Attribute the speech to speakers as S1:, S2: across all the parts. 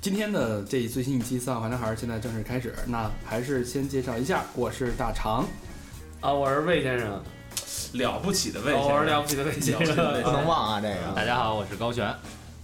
S1: 今天的这一最新一期《三好坏男孩》现在正式开始。那还是先介绍一下，我是大长。
S2: 啊，我是魏先生，
S3: 了不起的魏
S2: 啊
S3: 先生，
S2: 我是了不起的魏先
S3: 了不起的魏
S4: 不
S2: 生。
S4: 能忘啊，这个
S2: 大家好，我是高璇。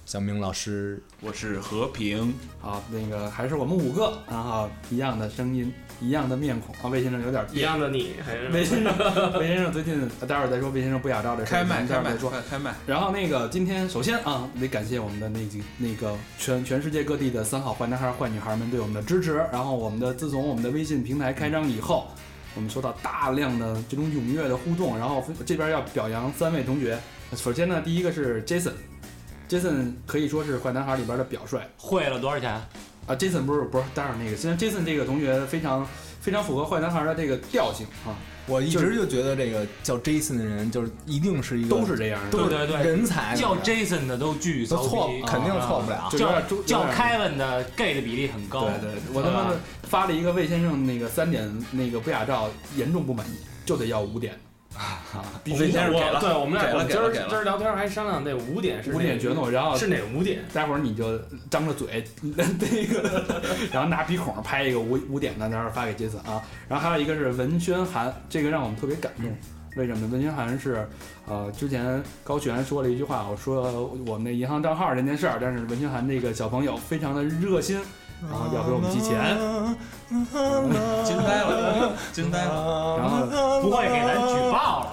S4: 小明老师，
S3: 我是和平，
S1: 好，那个还是我们五个，然后一样的声音，一样的面孔。啊，魏先生有点
S2: 一样的你，还是
S1: 魏先生，魏先生最近，待会儿再说。魏先生不雅照这事儿，
S3: 开麦开
S1: 咱们待会
S3: 麦
S1: 儿再说。
S3: 快开 麦，
S1: 然后那个今天首先啊，得感谢我们的那几那个全全世界各地的三好坏男孩坏女孩们对我们的支持。然后我们的自从我们的微信平台开张以后，我们收到大量的这种踊跃的互动。然后这边要表扬三位同学，首先呢，第一个是 Jason。Jason 可以说是坏男孩里边的表率
S5: 会了多少钱？
S1: 啊，Jason 不是不是，当然那个，虽然 Jason 这个同学非常非常符合坏男孩的这个调性啊，
S4: 我一直就觉得这个叫 Jason 的人，就是一定是一个
S1: 都是这样的，
S4: 都是
S5: 对对对
S4: 人才，
S5: 叫
S4: 这
S5: Jason 的都巨
S4: 都
S5: 骚
S4: 错
S5: 逼，啊
S4: 肯定错不了。
S1: 就有
S5: 叫
S1: 点中
S5: 叫
S1: 有点
S5: Kevin 的 gay 的比例很
S2: 哦
S5: 高。
S1: 对对，我他妈的发了一个魏先生那个三点那个不雅照，严重不满意，就得要五点。
S3: 必须先是给
S2: 我对
S3: 了，
S2: 我们俩
S3: 给了
S2: 今儿
S3: 给了
S2: 今儿聊天还商量那五点是哪
S1: 五点决斗，啊然后
S2: 是哪五点？
S1: 待会儿你就张着嘴 那个，然后拿鼻孔拍一个五五点的，待会儿发给杰森啊。然后还有一个是文宣函，这个让我们特别感动。为什么呢？文宣函是，呃，之前高璇说了一句话，我说我们那银行账号这件事儿，但是文宣函这个小朋友非常的热心，然后要给我们寄钱，
S2: 啊
S3: 惊呆了， 惊呆了，
S1: 然后
S5: 嗯不会给咱举报了。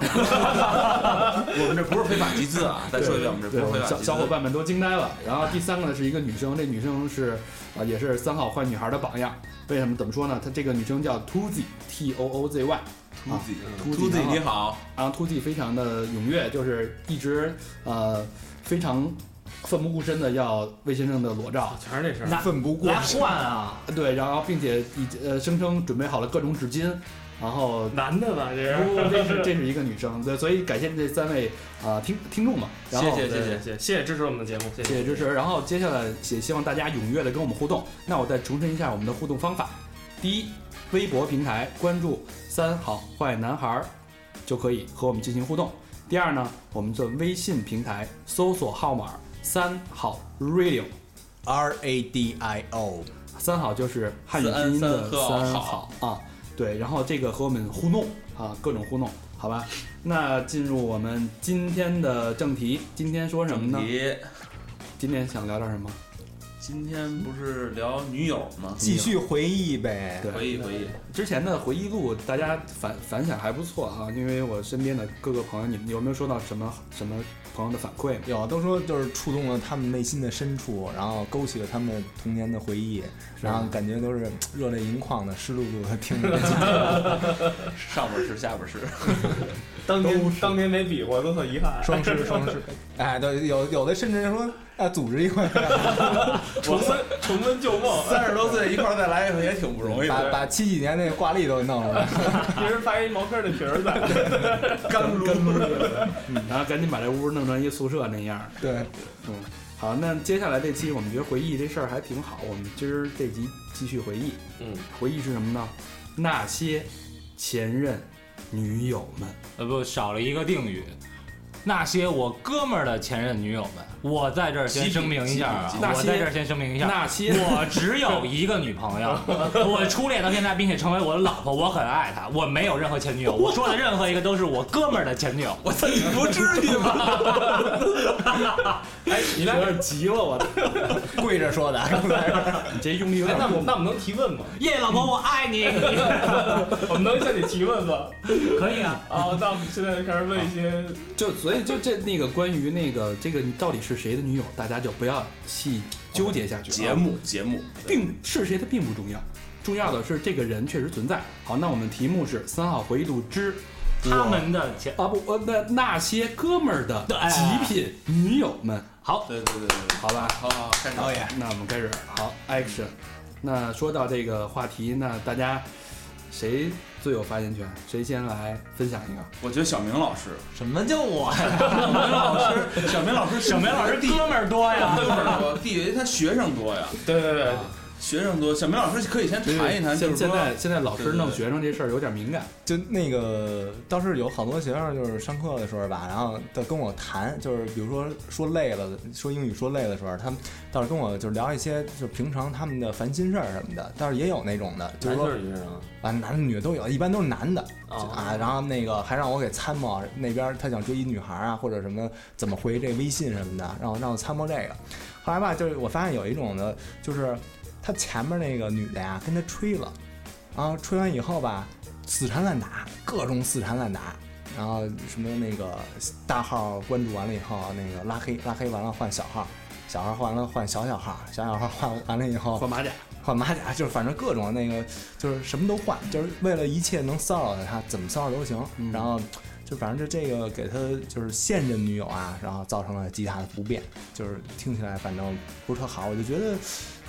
S3: 我们这不是非法集资啊，再说一遍，我们这
S1: 对
S3: 不是非，法集
S1: 小
S3: 资，
S1: 小伙伴们都惊呆了。然后第三个呢是一个女生，这女生是啊、也是三好坏女孩的榜样。为什么？怎么说呢？她这个女生叫 Toozy T O O Z Y，
S3: 秃子，
S1: 秃
S3: 秃
S1: 子
S3: 子你好，
S1: 然后 Toozy 非常的踊跃，就是一直呃非常奋不顾身的要魏先生的裸照，
S2: 全是这事儿。
S5: 那
S4: 奋不顾
S5: 来
S4: 身，
S5: 换啊！
S1: 对，然后并且已呃声称准备好了各种纸巾，然后
S2: 男的吧，这
S3: 啊
S1: 不
S2: 是。
S1: 这是这是一个女生，对，所以感谢这三位啊、听听众吧。然后
S3: 谢谢谢谢
S2: 谢谢谢谢支持我们的节目，谢
S1: 谢谢支持。然后接下来也希望大家踊跃的跟我们互动。那我再重申一下我们的互动方法：第一，微博平台关注“三好坏男孩儿”就可以和我们进行互动；第二呢，我们的微信平台搜索号码“三好 radio”，
S4: R A D I O，
S1: 三好就是汉语拼音
S3: 三
S1: 的三
S3: 三
S1: 好
S3: 好
S1: 啊，对，然后这个和我们互弄啊，各种互弄，好吧？那进入我们今天的正题，今天说什么
S3: 正
S1: 呢？
S3: 题，
S1: 今天想聊点什么？
S3: 今天不是聊女友吗？
S4: 继续回忆呗。
S1: 对
S3: 回忆回忆，
S1: 之前的回忆录，大家反反响还不错啊，因为我身边的各个朋友，你们有没有收到什么什么朋友的反馈？
S4: 有都说就是触动了他们内心的深处，然后勾起了他们童年的回忆，然后感觉都是嘖热泪盈眶的、湿漉漉的听 着。
S3: 上边是下边是，
S2: 当年当年没比过，都很遗憾。
S4: 双尸双尸，哎，对，有有的甚至说，哎，组织一块
S2: 重温重温 旧梦，
S3: 三十多岁一块儿再来一回也挺不容易
S4: 把
S3: 的，
S4: 把七几年那个挂历都弄了。
S2: 一人发一毛根的皮儿在。
S3: 干撸
S1: 然后赶紧把这屋弄成一宿舍那样儿。
S4: 对，
S1: 嗯，好，那接下来这期我们觉得回忆这事儿还挺好，我们今儿这集继续回忆。
S2: 嗯，
S1: 回忆是什么呢？那些前任女友们。
S5: 呃，不，少了一个定语。那些我哥们儿的前任女友们，我在这儿先声明一下啊
S3: 集
S1: 体集，体
S5: 我在这儿先声明一下，
S1: 那些
S5: 我只有一个女朋 友，我初恋到现在，并且成为我的老婆，我很爱她，我没有任何前 女友。我说的任何一个都是我哥们儿的前女友。
S3: 我操，你不至于吧？
S2: 哎，你俩
S1: 有点急了，我
S4: 跪着说的，刚才是
S1: 你这用力有
S2: 哎
S1: 点
S2: 那
S1: 过
S2: 我
S1: 猛。
S2: 那我们能提 问吗？
S5: 耶，老婆，我爱你。
S2: 我们能向你提问吗？
S5: 可以啊，
S2: 啊，那我们现在开始问一些
S1: 就所以就这那个关于那个这个你到底是谁的女友，大家就不要细纠结下去啊。
S3: 节目节目，
S1: 并是谁的并不重要，重要的是这个人确实存在。好，那我们题目是《三好回忆录之
S5: 他们的前
S1: 啊不呃那那些哥们儿的
S5: 对哎
S1: 极品女友们》，
S5: 好，
S3: 对对对对，
S1: 好吧？
S3: 好好好开始
S4: 导演。
S1: 那我们开始，好，action。那说到这个话题，那大家谁最有发言权，谁先来分享一个？
S3: 我觉得小明老师，
S4: 什么叫我呀？
S3: 小明老师，小明老师，
S5: 小明老师哥们儿多呀，
S3: 哥们儿多，弟弟他学生多呀，
S2: 对对对，
S3: 学生多。小明老师可以先谈一谈，就
S1: 现
S3: 是
S1: 现
S3: 说
S1: 在现在老师弄学生这事儿有点敏感，
S4: 就那个倒是有好多学生，就是上课的时候吧，然后他跟我谈，就是比如说说累了，说英语说累的时候，他们倒是跟我就是聊一些就是平常他们的烦心事儿什么的，倒是也有那种的，就是说
S2: 女生，
S4: 啊男的女的都有，一般都是男的
S2: 啊，
S4: 啊，然后那个还让我给参谋那边他想追一女孩啊，或者什么怎么回这微信什么的，让我让我参谋这个。后来吧，就是我发现有一种的，就是他前面那个女的呀跟他吹了，然后吹完以后吧，死缠烂打，各种死缠烂打。然后什么那个大号关注完了以后，那个拉黑拉黑完了换小号，小号换了换小小号，小小号换完了以
S3: 哦
S4: 后
S1: 换马
S3: 啊
S1: 甲，
S4: 换马甲，就是反正各种那个，就是什么都换，就是为了一切能骚扰他，怎么骚扰都行。
S1: 嗯
S4: 然后就反正就这个给他就是现任女友啊，然后造成了极大的不便，就是听起来反正不是特好。我就觉得，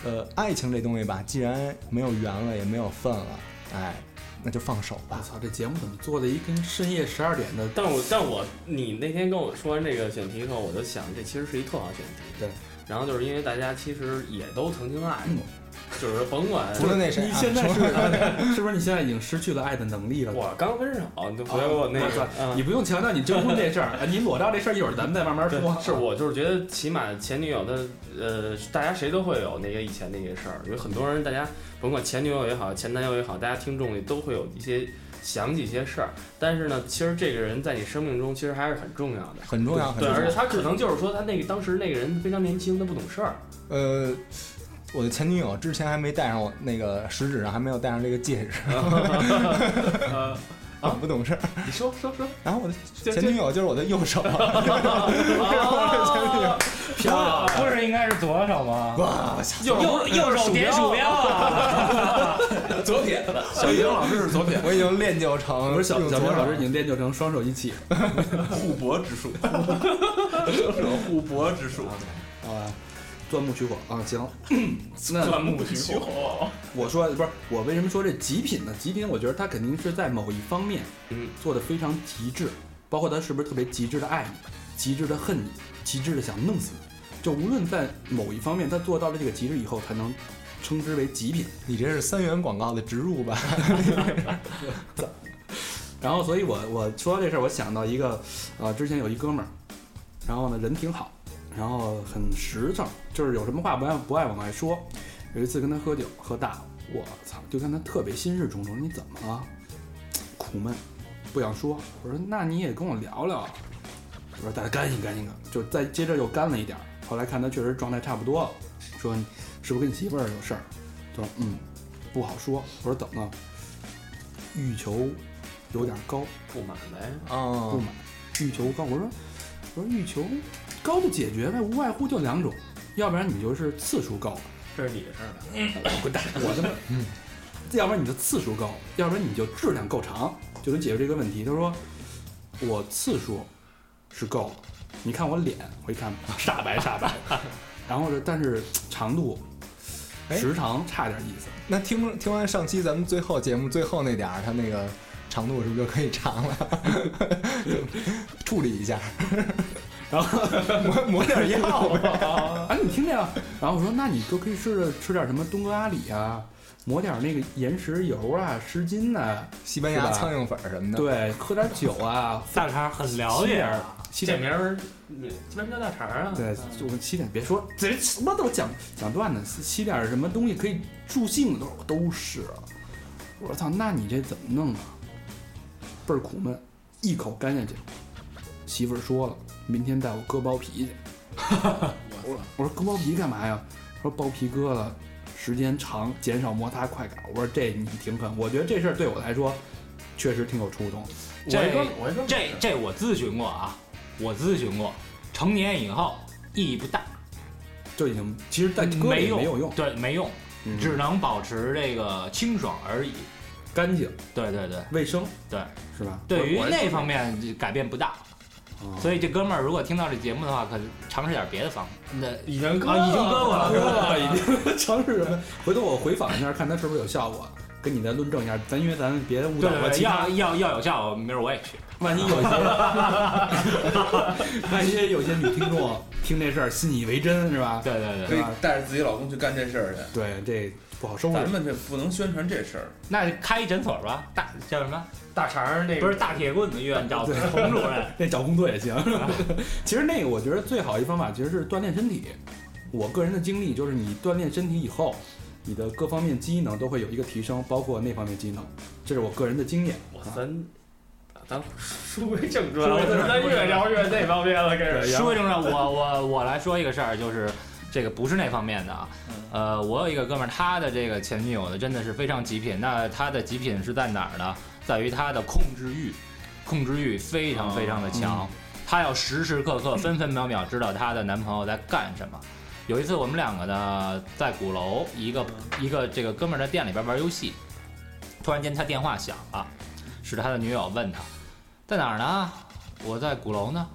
S4: 呃，爱情这东西吧，既然没有缘了，也没有份了，哎，那就放手
S1: 我
S4: 吧。
S1: 操，这节目怎么做的一跟深夜十二点的？
S2: 但我但我你那天跟我说完这个选题以后，我就想这其实是一特好选题。
S1: 对，
S2: 然后就是因为大家其实也都曾经爱过， 就是甭管
S4: 除了那谁、啊，
S1: 你现在
S4: 除
S1: 是
S4: 了
S1: 是不是你现在已经失去了爱的能力了？
S2: 我刚分手，就回我那
S1: 我
S2: 个
S1: 操，
S2: 嗯
S1: 你不用强调你征婚 这事儿，啊你裸照这事儿一会儿咱们再慢慢说。
S2: 是我就是觉得，起码前女友的，呃，大家谁都会有那个以前那个事儿，有很多人，大家甭管前女友也好，前男友也好，大家听众里都会有一些想起一些事儿。但是呢，其实这个人在你生命中其实还是很重要的。
S4: 很重要，很
S2: 对，
S4: 重
S2: 而
S4: 要
S2: 且。他可能就是说，他那个当时那个人非常年轻，他不懂事儿。
S4: 呃，我的前女友之前还没戴上我那个食指上还没有戴上这个戒 指， 啊， 不懂事儿。
S2: 呃你说说说，
S4: 然后我的
S2: 就
S4: 前女友就是我的 右手，
S1: 哦
S5: 啊不是应该是左手吗？
S4: 哇，操
S5: 右右右手点鼠标啊！
S4: 左撇子，
S3: 小明老师是左撇，
S4: 我已经练就成
S1: 不是小
S4: 用
S1: 小
S4: 左
S1: 明老师已
S4: 手
S1: 经练就成双手一起，
S3: 互搏之术，这是互搏之术。
S1: 好吧？啊钻木取火啊， 行。 那
S2: 钻木啊取火。
S1: 我说不是我为什么说这极品呢？极品，我觉得他肯定是在某一方面，
S2: 嗯，
S1: 做的非常极致，包括他是不是特别极致的爱你，极致的恨你，极致的想弄死你。就无论在某一方面，他做到了这个极致以后，才能称之为极品。
S4: 你这是三元广告的植入吧？
S1: 然后，所以我我说到这事儿，我想到一个，呃，之前有一哥们儿，然后呢人挺好，然后很实诚，就是有什么话不爱不爱往外说。有一次跟他喝酒，喝大了，我操，就看他特别心事重重，你怎么了？苦闷，不想说。我说那你也跟我聊聊。我说大家干一干一个，就再接着又干了一点儿。后来看他确实状态差不多了，说你是不是跟你媳妇儿有事儿？他说嗯，不好说。我说怎么了？欲求有点高，
S2: 不满呗，啊
S1: 不
S4: 嗯
S1: 满，欲求高。我说，我说欲求高的解决呗，无外乎就两种，要不然你就是次数高，
S2: 这是你的事儿吧？
S1: 滚蛋，嗯我 他妈，要不然你就次数高，要不然你就质量够长，就能解决这个问题。他说，我次数是够了，你看我脸，我一看煞白煞白， 然后呢，但是长度
S4: 哎
S1: 时长差点意思。
S4: 那听听完上期咱们最后节目最后那点儿，他那个长度是不是就可以长了？ 处理 一下，
S1: 然
S4: 后抹抹点药呗。
S1: 啊，你听这个，然后我说那你就可以试着吃点什么东哥阿里啊，抹点那个岩石油啊、湿巾呐、
S4: 西班
S1: 是
S4: 牙
S1: 吧
S4: 苍蝇粉儿什么的，，
S1: 对，喝点酒啊，
S5: 大肠很了解啊，
S1: 吸
S2: 这
S1: 点。
S2: 名儿，你为什么叫大肠啊？
S1: 对，就我吸点，别说这什么都讲讲段子，吸吸点什么东西可以助兴的都我都是。我说操，那你这怎么弄啊？倍儿苦闷，一口干下去。媳妇儿说了，明天带我割包皮去。我说我说割包皮干嘛呀？他说包皮割了，时间长，减少摩擦快感。我说这你挺狠，我觉得这事儿对我来说确实挺有触动。
S2: 我还说
S5: 这
S2: 我还说
S5: 这这我咨询过啊，我咨询过，成年以后意义不大，
S1: 就已经其实在割
S5: 嗯
S1: 了
S5: 没
S1: 也
S5: 用，
S1: 没有用，
S5: 对，没用，
S1: 嗯
S5: 只能保持这个清爽而已。
S1: 干净
S5: 对对对
S1: 卫生
S5: 对，
S1: 是吧？
S5: 对于
S3: 我
S5: 那方面就改变不大，
S1: 啊
S5: 所以这哥们儿如果听到这节目的话，可尝试点别的方法。那
S2: 已经
S5: 啊，已经割过了，
S1: 啊，已经尝试什么？回头我回访一下，看它是不是有效果。跟你再论证一下，咱因为咱别误导
S5: 对
S1: 了
S5: 对，
S1: 其
S5: 要
S1: 他
S5: 要要有效，没准我也去。
S1: 万一 有些， 万一有些女听众听这事儿信以为真是吧？
S5: 对对
S3: 可
S5: 对，
S3: 以带着自己老公去干这事儿去。
S1: 对，这不好收拾
S3: 咱。们这不能宣传这事儿，
S5: 那就开一诊所吧，大叫什么？
S2: 大肠儿那个
S5: 不是大铁棍子医院找
S1: 对
S5: 童主任，
S1: 那找工作也行。其实那个我觉得最好一方法其实是锻炼身体。我个人的经历就是，你锻炼身体以后，你的各方面机能都会有一个提升，包括那方面机能，这是我个人的经验。
S2: 我
S1: 啊
S2: 咱咱书归正传，
S5: 书
S2: 我
S5: 归
S2: 怎
S5: 正
S2: 么
S5: 传
S2: 咱越聊越那方面了？开始
S5: 说正传，我我我来说一个事儿，就是这个不是那方面的啊。呃，我有一个哥们儿，他的这个前女友呢，真的是非常极品。那他的极品是在哪儿呢？在于他的控制欲，控制欲非常非常的
S4: 哦
S5: 强。她要时时刻刻、分分秒秒知道她的男朋友在干什么。有一次，我们两个呢在鼓楼一个一个这个哥们儿的店里边玩游戏，突然间他电话响了，是他的女友问他在哪儿呢？我在鼓楼呢。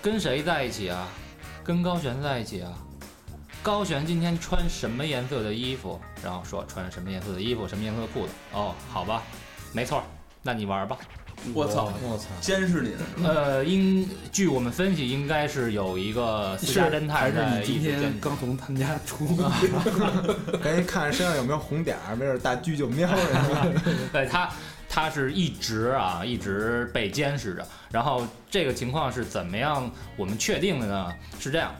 S5: 跟谁在一起啊？跟高璇在一起啊。高璇今天穿什么颜色的衣服？然后说穿什么颜色的衣服，什么颜色的裤子。哦，好吧，没错儿，那你玩儿吧。
S3: 我操，
S4: 我操！
S3: 监视你呢是吧？
S5: 呃，应据我们分析，应该是有一个呃私
S1: 是
S5: 家侦
S1: 还
S5: 探
S1: 是
S5: 在
S1: 你今
S5: 一直
S1: 天
S5: 监
S1: 刚从他们家 出？
S4: 赶紧看看身上有没有红点儿，没准大狙就瞄 着你。
S5: 对他，他是一直啊，一直被监视着。然后这个情况是怎么样我们确定的呢？是这样，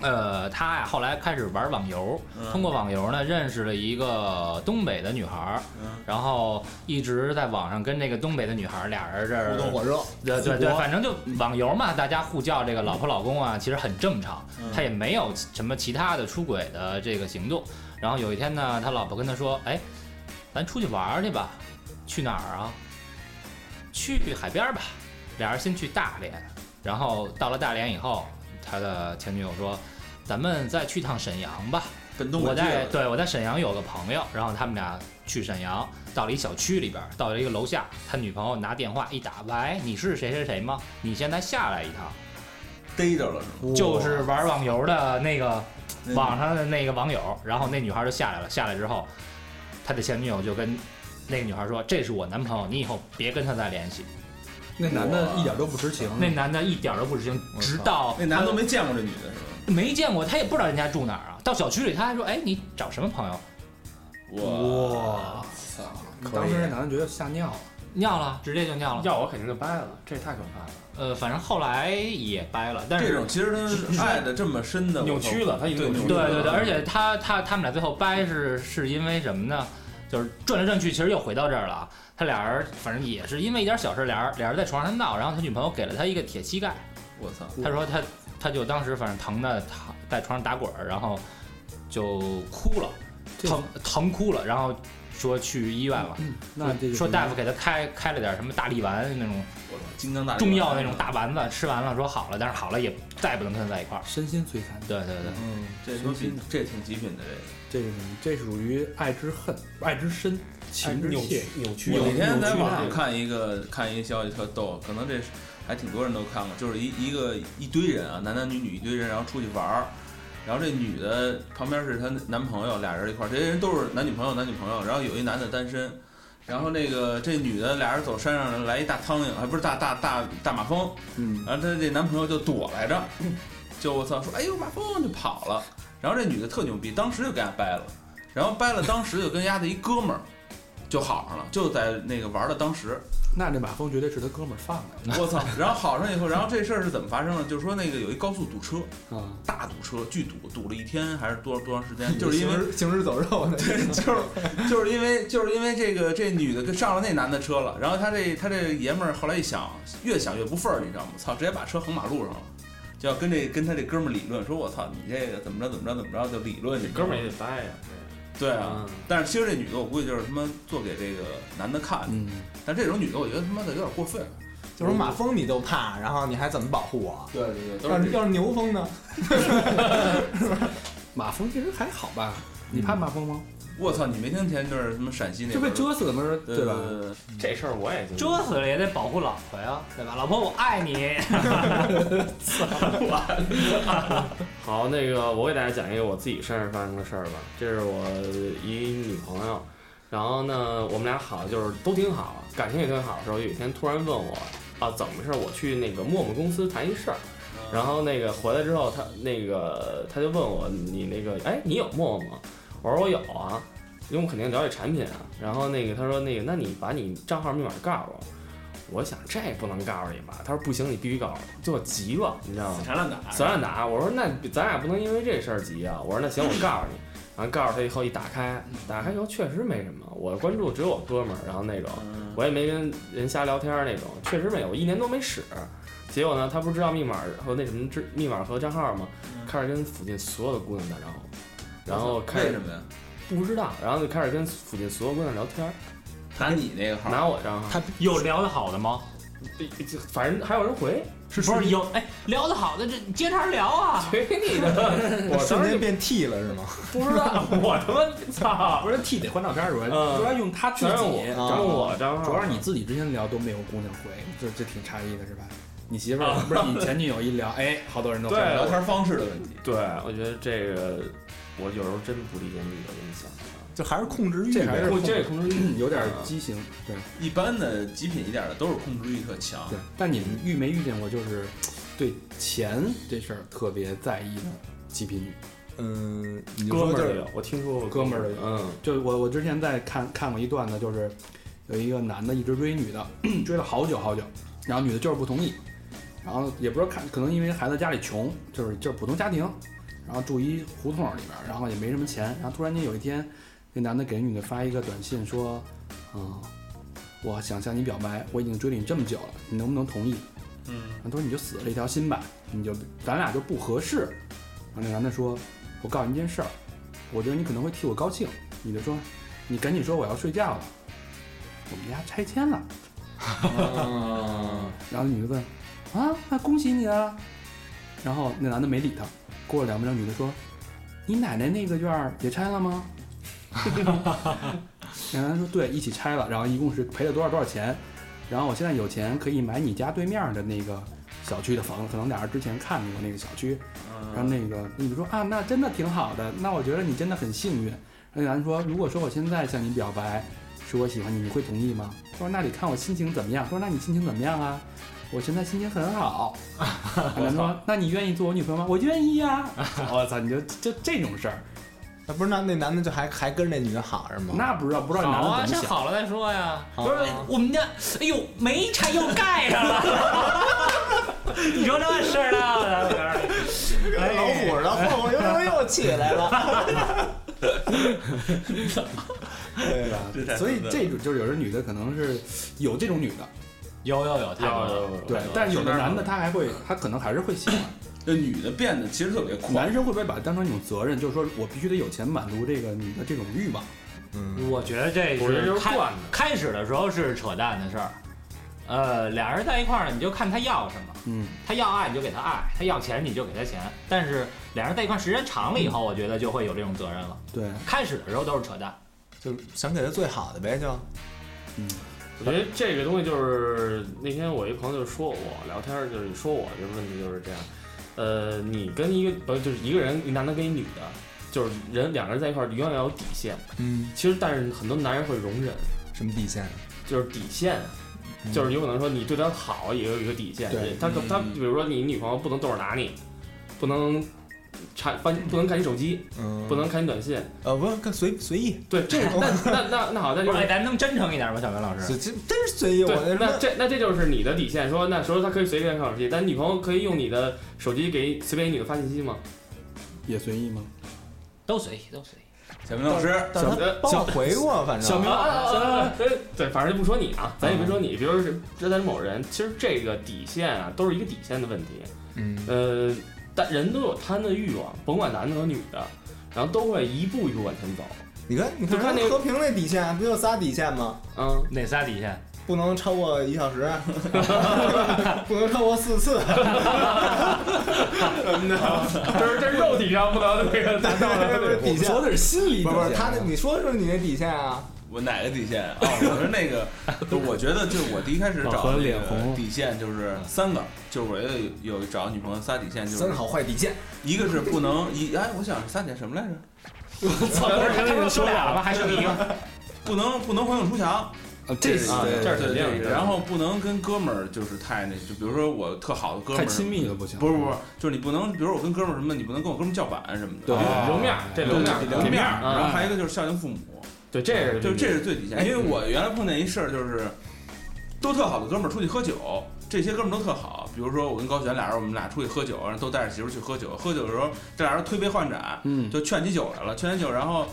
S5: 呃，他呀、后来开始玩网游，
S3: 嗯
S5: 通过网游呢认识了一个东北的女孩儿，
S3: 嗯
S5: 然后一直在网上跟这个东北的女孩儿俩人这儿
S4: 互动火热，
S5: 对对对，反正就网游嘛，大家互叫这个老婆老公啊，其实很正常
S3: 嗯。
S5: 他也没有什么其他的出轨的这个行动。然后有一天呢，他老婆跟他说：“哎，咱出去玩儿去吧，去哪儿啊？去海边儿吧。”俩人先去大连，然后到了大连以后，他的前女友说：“咱们再去趟沈阳吧。”
S3: 跟东北
S5: 我
S3: 借
S5: 在
S3: 的
S5: 对我在沈阳有个朋友，然后他们俩去沈阳，到了一小区里边，到了一个楼下，他女朋友拿电话一打，喂，你是谁谁谁吗？你现在下来一趟，
S3: 逮着了是吗？
S5: 就是玩网游的那个
S3: 那
S5: 网上的那个网友，然后那女孩就下来了，下来之后，他的前女友就跟那个女孩说，这是我男朋友，你以后别跟他再联系。
S1: 那男的一点都不知情。
S5: 那男的一点都不知情，
S4: 我操
S5: 直到
S3: 那男的
S5: 他
S3: 都没见过这女的是吧？
S5: 没见过，他也不知道人家住哪儿啊。到小区里他还说，哎，你找什么朋友？
S3: 我操！
S1: 当时那男的觉得吓尿了。
S5: 尿了，直接就尿了。
S2: 要我肯定就掰了，这也太可怕了，
S5: 呃，反正后来也掰了，但是
S3: 这种其实他爱的这么深的
S2: 扭曲了，他已经扭曲
S5: 对
S2: 了。
S5: 对对，而且他他他们俩最后掰是是因为什么呢？就是转来转去，其实又回到这儿了啊。他俩人反正也是因为一点小事，俩人俩人在床上闹，然后他女朋友给了他一个铁膝盖，
S3: 我操！
S5: 他说他他就当时反正疼的躺在床上打滚儿，然后就哭了，
S1: 这
S5: 疼疼哭了，然后说去医院了，
S1: 那这
S5: 嗯说大夫给他开开了点什么大力丸那种
S3: 我操！金刚大
S5: 中药那种大丸子，吃完了说好了，但是好了也再也不能跟他在一块儿。
S1: 身心摧残，
S5: 对对对。
S3: 嗯，这挺极这挺极品的这
S1: 这个这属于爱之恨，爱之深，情之
S2: 扭
S1: 切
S2: 曲。扭曲。
S3: 个。我
S2: 扭
S3: 那
S2: 曲
S3: 天在
S2: 大
S3: 网上看一个看一个消息特逗，可能这是还挺多人都看过，就是一一个一堆人啊，男男女女一堆人，然后出去玩儿。然后这女的旁边是她男朋友，俩人一块儿，这些人都是男女朋友，男女朋友。然后有一男的单身，然后那个这女的俩人走山上来一大苍蝇，还不是大大大大马蜂，
S1: 嗯，
S3: 然后她这男朋友就躲来着， 就我操说，哎呦马蜂就跑了。然后这女的特牛逼，当时就给他掰了，然后掰了，当时就跟丫的一哥们儿就好上了，就在那个玩的当时，
S1: 那这马蜂绝对是他哥们儿放的
S3: 我操！然后好上以后，然后这事儿是怎么发生的？就是说那个有一高速堵车，
S1: 啊，
S3: 大堵车，巨堵，堵了一天还是多多长时间？就是因为
S4: 行尸行尸走肉呢。
S3: 对，就是就是因为就是因为这个这女的跟上了那男的车了，然后他这他这爷们儿后来一想，越想越不忿儿，你知道吗？操，直接把车横马路上了，就要跟这跟他这哥们儿理论，说我操，你这个怎么着怎么着怎么着就理论你知道
S2: 哥
S3: 吗，
S2: 们儿也嗯得掰呀。
S3: 对
S2: 对
S3: 啊。，但是其实这女的，我估计就是他妈做给这个男的看的，
S1: 嗯，
S3: 但这种女的，我觉得他妈的有点过分。
S4: 就是马蜂你都怕，然后你还怎么保护我？
S3: 对对对，
S4: 要 是要是牛蜂呢？
S1: 马蜂其实还好吧？你怕马蜂吗？
S3: 我操，你没听前一阵儿什么陕西那
S1: 就
S3: 边
S1: 被
S3: 儿呃
S1: 蛰死了吗？
S3: 对
S1: 吧？
S3: 对对
S2: 这事儿我也经历
S5: 遮死了也得保护老婆呀，对吧？老婆，我爱 你。
S2: 好，那个我给大家讲一个我自己身上发生的事儿吧。这是我一女朋友，然后呢，我们俩好就是都挺好，感情也挺好的时候，有一天突然问我啊怎么回事？我去那个陌陌公司谈一事儿，然后那个回来之后，他那个他就问我你那个哎你有陌陌吗？我说我有啊，因为我肯定了解产品啊。然后那个他说那个那你把你账号密码告诉我。我想这不能告诉你吧？他说不行，你必须告诉我，就我急了，你知道吗？
S3: 缠烂啊打，
S2: 咱俩打，我说那咱俩不能因为这事儿急啊。我说那行，我告诉你。然后告诉他以后一打开，打开以后确实没什么，我关注只有我哥们儿，然后那种
S3: 嗯
S2: 我也没跟人瞎聊天儿那种，确实没有，我一年都没使。结果呢，他不是知道密码和那什么知密码和账号吗？开始跟附近所有的姑娘打招呼，然后开
S3: 为
S2: 始
S3: 什么呀？
S2: 不知道，然后就开始跟附近所有姑娘聊天儿，
S3: 拿你那个号，
S2: 拿我账号，
S5: 有聊得好的吗？
S2: 就反正还有人回，
S5: 是不是有？哎，聊得好的这接茬聊啊！
S2: 回你的，我
S4: 瞬
S2: 当时
S4: 间
S2: 就
S4: 变 T 了是吗？
S2: 不知道， 我他妈操！
S1: 不是 T 得换照片儿主要
S2: 嗯
S1: 主要用他自
S2: 全是我嗯
S1: 己，，
S4: 啊
S2: 然后我账号，
S1: 主要是你自己之前聊都没有姑娘回，这这挺诧异的是吧？你媳妇儿不是你前女友一聊，哎，好多人都回
S2: 对
S3: 聊天方式的问题。
S2: 对，我觉得这个我有时候真不理解女的啊影响。
S4: 就还是控制欲
S1: 这还
S4: 呗啊
S1: 是控嗯
S2: 这控制
S1: 有点畸形。对
S3: 一般的极品一点的都是控制欲特强
S1: 对，，但你们遇没遇见过就是对钱这事儿特别在意的极品女？
S4: 嗯，你
S2: 哥
S4: 说
S2: 们
S4: 就
S2: 儿
S4: 是
S2: 有，我听说过
S1: 哥们儿的有
S2: 嗯，
S1: 就我我之前在看看过一段子，就是有一个男的一直追女的， 追了好久好久，然后女的就是不同意，然后也不知道看，可能因为孩子家里穷，就是就是普通家庭，然后住一胡同里边儿，然后也没什么钱，然后突然间有一天，那男的给女的发一个短信说，嗯，我想向你表白，我已经追了你这么久了，你能不能同意？
S3: 嗯，
S1: 然后他说你就死了一条心吧，你就咱俩就不合适。然后那男的说，我告诉你一件事儿，我觉得你可能会替我高兴。女的说，你赶紧说我要睡觉了，我们家拆迁了。 然后女的问，啊，那恭喜你啊。然后那男的没理他。过了两分钟，女的说，你奶奶那个院儿也拆了吗？ 那男的说，对，一起拆了，然后一共是赔了多少多少钱。然后我现在有钱可以买你家对面的那个小区的房子，可能俩人之前看过那个小区。
S3: 嗯
S1: 然后那个你说啊，那真的挺好的，那我觉得你真的很幸运。然后男人说，如果说我现在向你表白，说我喜欢你，你会同意吗？他说那得看我心情怎么样。他说那你心情怎么样啊？我现在心情很好。 男人说，那你愿意做我女朋友吗？我愿意呀、 我操，你就就这种事儿，
S4: 那不是那那男的就还还跟着那女的好是吗？
S1: 那不知道不知道
S5: 好
S1: 你男
S5: 啊，
S1: 的怎
S5: 先
S1: 么想。
S5: 好了再说呀。
S4: 好
S5: 不是我们家，哎呦，煤柴又盖上了。你说这事儿闹的，
S4: 哎老虎，然后 我又又起来了。对吧？
S3: 这才
S1: 所以
S3: 能
S1: 这种就是有的女的可能是有这种女的，
S5: 有有有，太多了。
S1: 对，但是有的男的他还会，他可能还是会 喜欢。
S3: 这女的变得其实特别快
S1: 男，生会不会把它当成一种责任，就是说我必须得有钱满足这个你的这种欲望？
S4: 嗯，
S5: 我觉得这
S2: 我觉得
S5: 是
S2: 就是
S5: 开
S2: 惯的
S5: 开始的时候是扯淡的事儿。呃，俩人在一块儿呢，你就看他要什么，
S1: 嗯，
S5: 他要爱你就给他爱，他要钱你就给他钱。但是俩人在一块儿时间长了以后，我觉得就会有这种责任了。
S1: 对，
S5: 开始的时候都是扯淡，
S4: 就想给他最好的呗，就
S2: 我觉得这个东西就是那天我一朋友就说我聊天儿就是说我这问题就是这样，呃，你跟一个呃就是一个人，一男的跟一女的，就是人两个人在一块儿永远要有底线。
S4: 嗯，
S2: 其实但是很多男人会容忍，
S4: 什么底线？啊嗯
S2: 就是底线。就是有可能说你对他好也有一个底线，
S1: 对
S2: 他可他
S3: 嗯
S2: 比如说你女朋友不能动手打你，不能查翻不能看你手机，
S4: 嗯，
S2: 不能看你短信，
S4: 呃，不跟随随意，
S2: 对，这 个那那那那好，那
S5: 不？
S2: 就是
S5: 哎，
S2: 是
S5: 咱能真诚一点吗，小明老师？
S4: 这这真是随意。我
S2: 对，那
S4: 那
S2: 这那这就是你的底线。说那时候他可以随便看手机，但女朋友可以用你的手机给随便给你的发信息吗？
S1: 也随意吗？
S5: 都随意，都随意。
S3: 小明老师，
S4: 但是他帮我回过，反正
S1: 小明
S2: 呃啊啊啊啊啊对对，反正就不说你啊，咱也别说
S3: 嗯
S2: 你，比如是这咱某人，其实这个底线啊，都是一个底线的问题。
S4: 嗯，
S2: 呃，但人都有贪的欲望，甭管男的和女的，然后都会一步一步往前走。
S4: 你看你
S2: 就看
S4: 看
S2: 那个
S4: 和平那底线，不就仨底线吗？
S2: 嗯，
S5: 哪仨底 线？
S4: 不能超过 一小时，不能超过四次，
S2: 这
S4: 什么的。。
S2: 是这是肉体上不能那个达到的
S4: 底
S1: 我
S4: 线
S1: 说的是心理底
S4: 不
S1: 线，啊
S4: 是不是，他那你说说你那底线啊？
S3: 我哪个底线啊？哦我说那个，不是我觉得就是我第一开始
S1: 老
S3: 找
S1: 何
S3: 那
S1: 脸
S3: 个
S1: 红
S3: 底线就是三个，就是我觉得有有找女朋友仨底线，就
S4: 三
S3: 是
S4: 个好坏底线，
S3: 一个是不能一哎，我想是仨点什么来着？
S5: 他不是他不是说俩了吗？还剩一个。
S3: 不能不能环境出墙，
S1: 呃，啊这
S3: 是
S1: 是
S2: 啊
S1: 对
S3: 这是
S2: 肯
S3: 肯
S2: 定
S3: 定
S2: 的
S3: 的。然后不能跟哥们儿就是太那，就比如说我特好的哥们
S1: 太
S3: 儿，
S1: 亲密了不行。
S3: 不是不是，就是你不能，比如我跟哥们儿什么，你不能跟我哥们儿叫板什么的。
S1: 对
S2: 啊留面儿，这留面
S3: 对对，留
S2: 儿，
S3: 面
S2: 啊
S3: 儿。然后还有一个就是孝敬父母，
S2: 对，这是
S3: 就这是最底线。因为我原来碰见一事儿，就是都特好的哥们儿出去喝酒，这些哥们儿都特好。比如说我跟高璇俩人，我们俩出去喝酒，然后都带着媳妇儿去喝酒。喝酒的时候，这俩人推杯换盏，
S1: 嗯，
S3: 就劝起酒来了，劝起酒，然后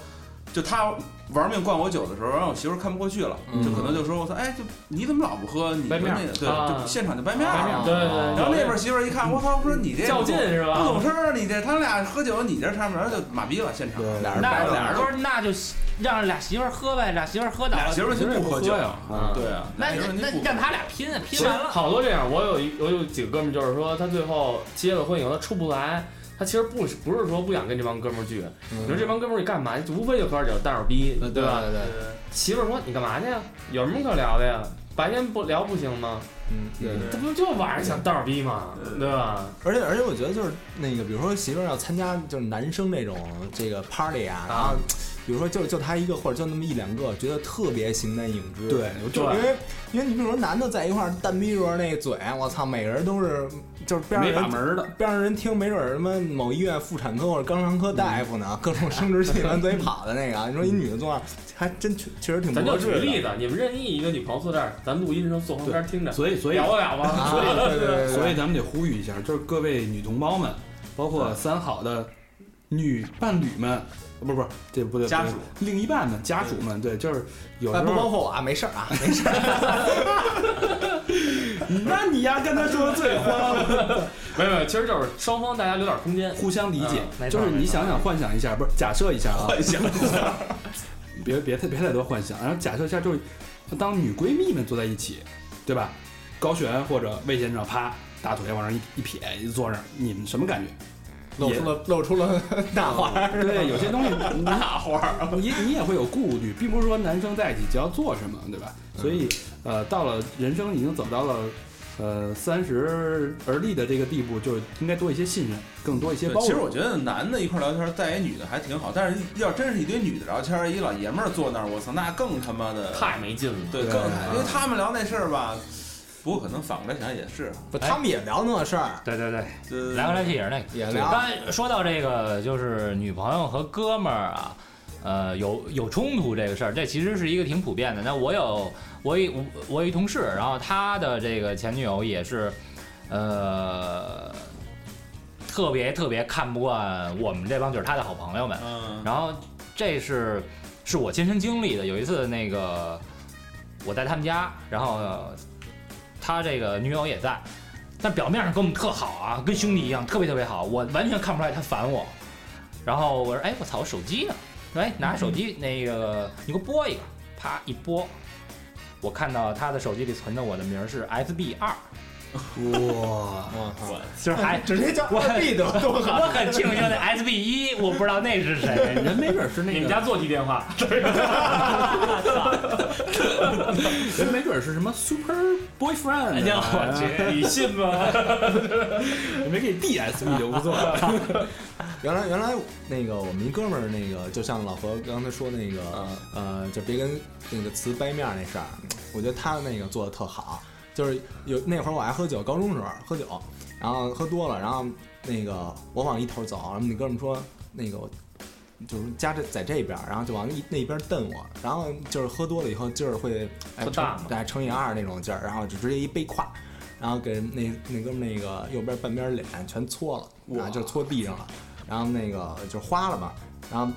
S3: 就他玩命灌我酒的时候，让我媳妇儿看不过去了，就可能就说我操，哎，就你怎么老不喝？你就
S1: 掰面儿
S3: 那个对，
S2: 啊
S3: 就现场就掰面儿了。
S2: 对对对，
S3: 哦然后那边媳妇儿一看，我操，说你这
S2: 较劲是
S3: 不
S2: 吧
S3: 懂？事儿，啊你这他俩喝酒，你这上面就马逼了，现场
S1: 对
S4: 俩人
S5: 那
S4: 掰了
S3: 俩人
S5: 不是那就让俩媳妇儿喝呗，俩媳妇儿喝倒
S3: 俩
S5: 了
S3: 媳妇儿就不喝酒，
S1: 呀，
S2: 啊，
S3: 对啊，
S5: 那
S3: 俩媳妇儿
S5: 那
S3: 就不
S5: 让
S3: 喝
S5: 他俩拼啊，
S2: 其
S5: 拼
S2: 实
S5: 完了。
S2: 好多这样，我有一我有几个哥们儿，就是说他最后结了婚以后，他出不来，他其实不是不是说不想跟这帮哥们儿聚，你说这帮哥们儿干嘛？就无非就喝点酒，带会儿逼，
S1: 呃
S2: 对吧？
S1: 对对
S2: 媳妇儿说你干嘛去呀？啊有什么可聊的呀？白天不聊不行吗？
S4: 嗯，
S1: 对
S2: 这不就晚上想带会儿逼吗？对吧？
S4: 而且而且我觉得就是那个，比如说媳妇儿要参加就是男生那种这个 party 啊，然后比如说就就他一个或者就那么一两个，觉得特别形单影只。
S1: 对，
S4: 就
S2: 对
S4: 因为因为你比如说男的在一块儿蛋逼着那嘴，我操，每个人都是就是边上
S1: 没把
S4: 人
S1: 门儿的，
S4: 边上人听，没准儿什么某医院妇产科或者肛肠科大夫呢，各种生殖器往嘴跑的那个，你说一女的坐那儿，还真确确实挺不
S2: 咱就
S4: 合
S2: 举
S4: 适
S2: 个
S4: 的。
S2: 例子，你们任意一个女朋友坐这儿，咱录音的时候坐旁边听着，
S1: 所以所以
S2: 聊得了吗？
S4: 啊，对对对对，
S1: 所以咱们得呼吁一下，就是各位女同胞们，包括三好的女伴侣们，不是不是，这不对，
S3: 家
S1: 不对
S3: 属、
S1: 另一半们、家属们，对，就是有
S4: 哎
S1: 时
S4: 不包
S1: 候，
S4: 括我啊，没事儿啊，
S1: 那你呀跟他说的最欢了，
S2: 没有没有，其实就是双方大家留点空间。
S1: 互相理解
S2: 嗯，
S5: 没错
S1: 就是你
S5: 没错
S1: 想想幻想一下，不是假设一下啊，
S3: 幻想，
S1: 别别太别太多幻想，然后假设一下，就是当女闺蜜们坐在一起，对吧？高璇或者魏先生啪大腿往上一一撇一坐那儿，你们什么感觉？
S4: 露出了露出了大花儿。
S1: 对，有些东西那花儿，你你也会有顾虑，并不是说男生在一起就要做什么，对吧？所以，呃，到了人生已经走到了，呃，三十而立的这个地步，就是应该多一些信任，更多一些
S3: 对
S1: 包
S3: 其实
S1: 容。
S3: 我觉得男的一块儿聊天，带一女的还挺好，但是要真是一堆女的聊天，一老爷们儿坐那儿，我操，那更他妈的，
S2: 太没劲了，
S3: 对，
S1: 对
S3: 更
S1: 啊
S3: 因为他们聊那事儿吧，不过可能反过来想也是，啊
S4: 不，他们也聊那事儿，
S1: 对对对，
S3: 这
S5: 来回来去也是那个。
S4: 也
S5: 刚
S4: 聊。
S5: 才说到这个，就是女朋友和哥们儿啊，呃，有有冲突这个事儿，这其实是一个挺普遍的。那我有我一我我有一同事，然后他的这个前女友也是，呃，特别特别看不惯我们这帮就是他的好朋友们。
S3: 嗯，
S5: 然后这是是我亲身经历的。有一次那个我在他们家，然后呃他这个女友也在，但表面上跟我们特好啊，跟兄弟一样，特别特别好，我完全看不出来他烦我。然后我说，哎，我操，我手机呢？哎，拿手机那个你给我拨一个，啪一拨。我看到他的手机里存的我的名儿是 SB 二，
S4: 哇，
S5: 就是 还
S4: 直接叫二 B 得多好。
S5: 我很庆幸那 SB 一，我不知道那是 谁。
S1: 人没准是那
S2: 你
S1: 个，
S2: 们家座机电话，
S1: 人没准是什么 super boyfriend，
S2: 哎呀，我去，你信吗？
S1: 去，没给 DSB 就不错。
S4: 原来原来那个我们一哥们儿那个，就像老何刚才说那个，呃，就别跟那个词掰面儿那事儿，我觉得他那个做的特好。就是有那会儿我爱喝酒，高中时候喝酒，然后喝多了，然后那个我往一头走，然后那哥们儿说那个我就是家这在这边儿，然后就往一那边儿瞪我，然后就是喝多了以后劲儿会哎
S2: 特大
S4: 乘
S2: 嘛
S4: 对乘以二那种劲儿，然后就直接一背胯，然后给那那哥们儿那个右边半边脸全搓了，啊，就搓地上了，然后那个就花了嘛，然后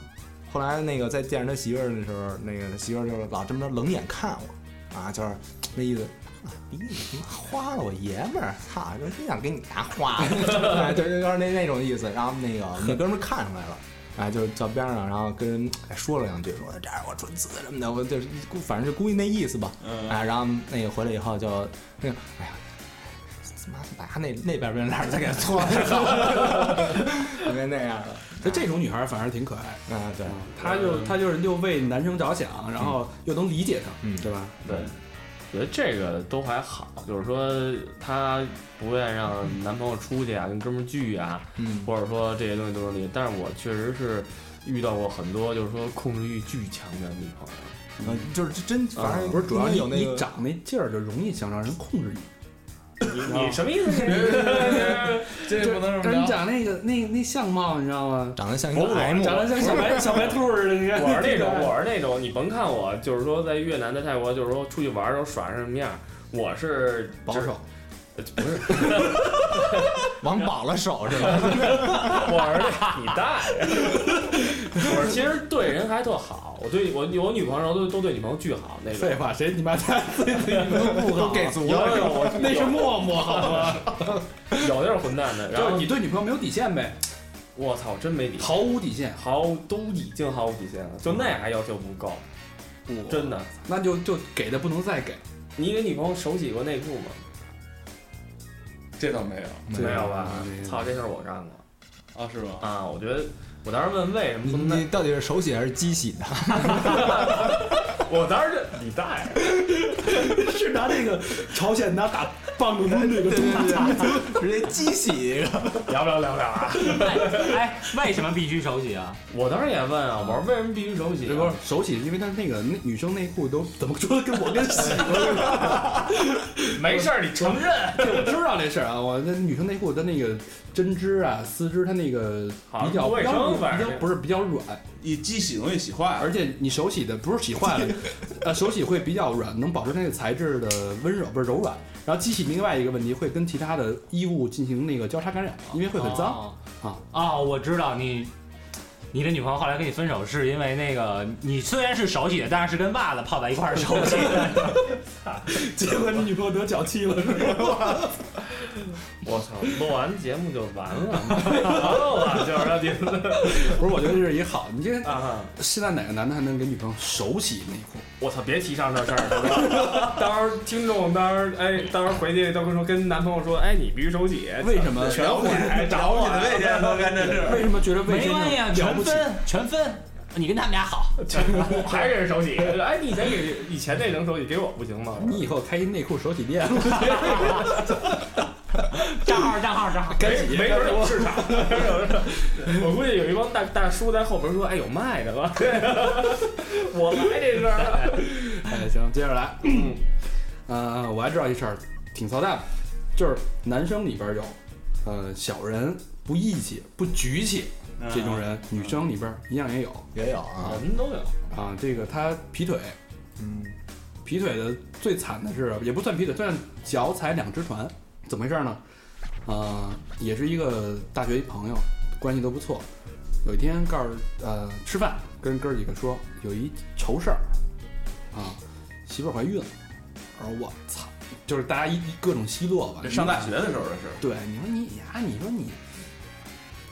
S4: 后来那个在见着他媳妇儿的时候，那个他媳妇儿就是老这么着冷眼看我，啊，就是那意思。啊逼你他妈花了我爷们儿，操！就真想给你拿花了，哎对，就就是那那种意思。然后那个那哥们儿看出来了，哎，就到边上，然后跟人哎说了两句，说这是我准子什么的，我就是估反正就估计那意思吧。
S3: 嗯
S4: 哎，然后那个回来以后就那个，哎呀，他妈把那那边人脸再给搓了， 就跟那样了。
S1: 就这种女孩儿反而挺可爱的，
S4: 啊，对，
S1: 嗯她就她就是又为男生着想，然后又能理解他，
S4: 嗯
S1: 对吧？
S3: 对，
S2: 我觉得这个都还好，就是说她不愿意让男朋友出去啊，跟哥们儿聚啊，
S5: 嗯，
S2: 或者说这些东西都能理解。但是我确实是遇到过很多，就是说控制欲巨强的女朋友。
S4: 嗯
S5: 呃就是真，反正
S4: 不是主
S5: 因
S4: 要
S5: 为
S4: 你
S5: 有那
S4: 你
S5: 个，
S4: 长那劲儿就容易想让人控制你。
S2: 你你什么意 思？
S3: 这不能这
S4: 但是
S3: 么
S4: 你
S3: 着。
S4: 长那个那那相貌，你知道吗？
S5: 长得像一
S2: 不
S5: 个
S2: 不
S5: M，
S4: 长得像 小 白小白兔似的，你看
S2: 我是那种，我是那种，你甭看我，就是说在越南、在泰国，就是说出去玩儿的时候耍成什么样儿，我是
S5: 保
S2: 就是
S5: 守，
S2: 呃不 是，
S5: 往饱了手是吧？
S2: 我儿子，你大爷！我是其实对人还特好，我对我我女朋友都都对女朋友巨好那种
S4: 废。话，谁你妈他自己自己都不
S5: 都
S4: 好，
S5: 给足
S2: 有
S5: 了，
S2: 有有，我
S4: 那是默默，好吗？
S2: 有那是混蛋的。然
S4: 就是
S2: 后
S4: 你对女朋友没有底线呗，
S2: 我操，真没底线，
S4: 毫无底线，
S2: 毫都已经毫无底线了，就那还要求不够，
S3: 嗯
S2: 真的。
S4: 那就就给的不能再给。
S2: 你给女朋友手洗过内裤吗？
S3: 这倒没有
S2: 没有吧
S4: 没？有
S2: 操，这事儿我干过
S3: 啊，是吗？
S2: 啊！我觉得我当时问为什么
S5: 你
S2: 不能
S5: 你到底是手洗还是机洗 的？
S2: 我当时就你啊大爷！
S4: 是拿那个朝鲜拿打棒子那个东西
S5: 直接机洗一个，
S2: 聊不聊聊不聊啊！
S1: 哎哎，为什么必须手洗啊？
S2: 我当时也问啊，我说为什么必须手洗啊？
S4: 不是手洗，因为他那个那女生内裤都怎么说的，跟我跟洗
S2: 没事儿，你承认。
S4: 对，我知道这事儿啊，我那女生内裤的那个针织啊、丝织，它那个
S2: 好
S4: 比较
S2: 不卫生
S4: 比较软
S2: 反
S4: 比
S2: 正
S4: 较不是比较软，
S3: 一机洗容易洗坏了，
S4: 而且你手洗的不是洗坏了，呃，手洗会比较软，能保持它那个材质的温柔，不是柔软。然后机洗另外一个问题会跟其他的衣物进行那个交叉感染，因为会很脏。啊
S1: 哦。哦，我知道你，你的女朋友后来跟你分手是因为那个，你虽然是手洗的，但是是跟袜子泡在一块儿手 洗的。
S4: 结果你女朋友得脚 气了，是吧？
S2: 我操，录完节目就完了， 完了，就是让你们
S4: 不是，我觉得这是一好。你这
S2: 啊！
S4: 现在哪个男的还能给女朋友手洗内裤？
S2: 我操，别提上这事儿 了。到时候听众，到时候哎，到时候回去到时候说跟男朋友说，哎，你必须手洗，
S4: 为什么？
S2: 全 毁，找我啊
S3: 的卫生都干这事儿。
S4: 为什么觉得卫
S1: 没
S4: 生
S1: 关系啊，
S4: 了
S1: 全
S4: 不起？
S1: 分全分，你跟他们俩 好。
S2: 我还是手洗。哎，你以前给以前那能手洗，给我不行吗？
S4: 你以后开一内裤手洗店，
S1: 账号账号账号，
S2: 没没准有市场，我估计有一帮大大叔在后边说：“哎，有卖的吧？” 我来这事儿，
S4: 哎，行，接着来。呃，我还知道一事儿，挺操蛋的，就是男生里边有，呃，小人不义气、不局气
S3: 嗯
S4: 这种人，女生里边一样也有
S5: 嗯也有啊，
S2: 什么都有。
S4: 啊。这个他劈腿，
S5: 嗯，
S4: 劈腿的最惨的是，也不算劈腿，算脚踩两只船，怎么回事呢？呃，也是一个大学一朋友，关系都不错。有一天告诉呃吃饭，跟哥儿几个说有一愁事儿，啊，媳妇儿怀孕了。我说我操，就是大家一一各种奚落吧。
S3: 这上大学的时候的事儿，
S4: 对，你说你呀，你说你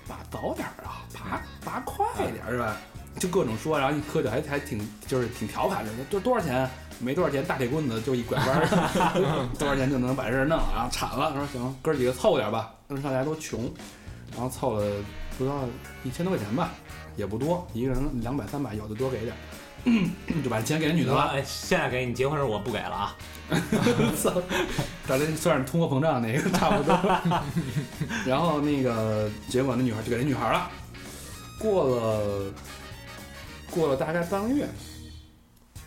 S4: 拔早点儿啊，拔拔快点儿是吧？就各种说，然后一喝酒还还挺就是挺调侃着的，就多少钱？没多少钱，大铁棍子就一拐弯儿，多少钱就能把这事儿弄了，然后铲了。说行，哥儿几个凑合点儿吧，那时候大家都穷，然后凑了不到一千多块钱吧，也不多，一个人两百三百，有的多给点儿， 就把钱给人女的了。
S1: 哎，现在给你结婚时候我不给了啊。
S4: 咱这算是通货膨胀那个差不多。然后那个结果那女孩就给那女孩了，过了过了大概半个月，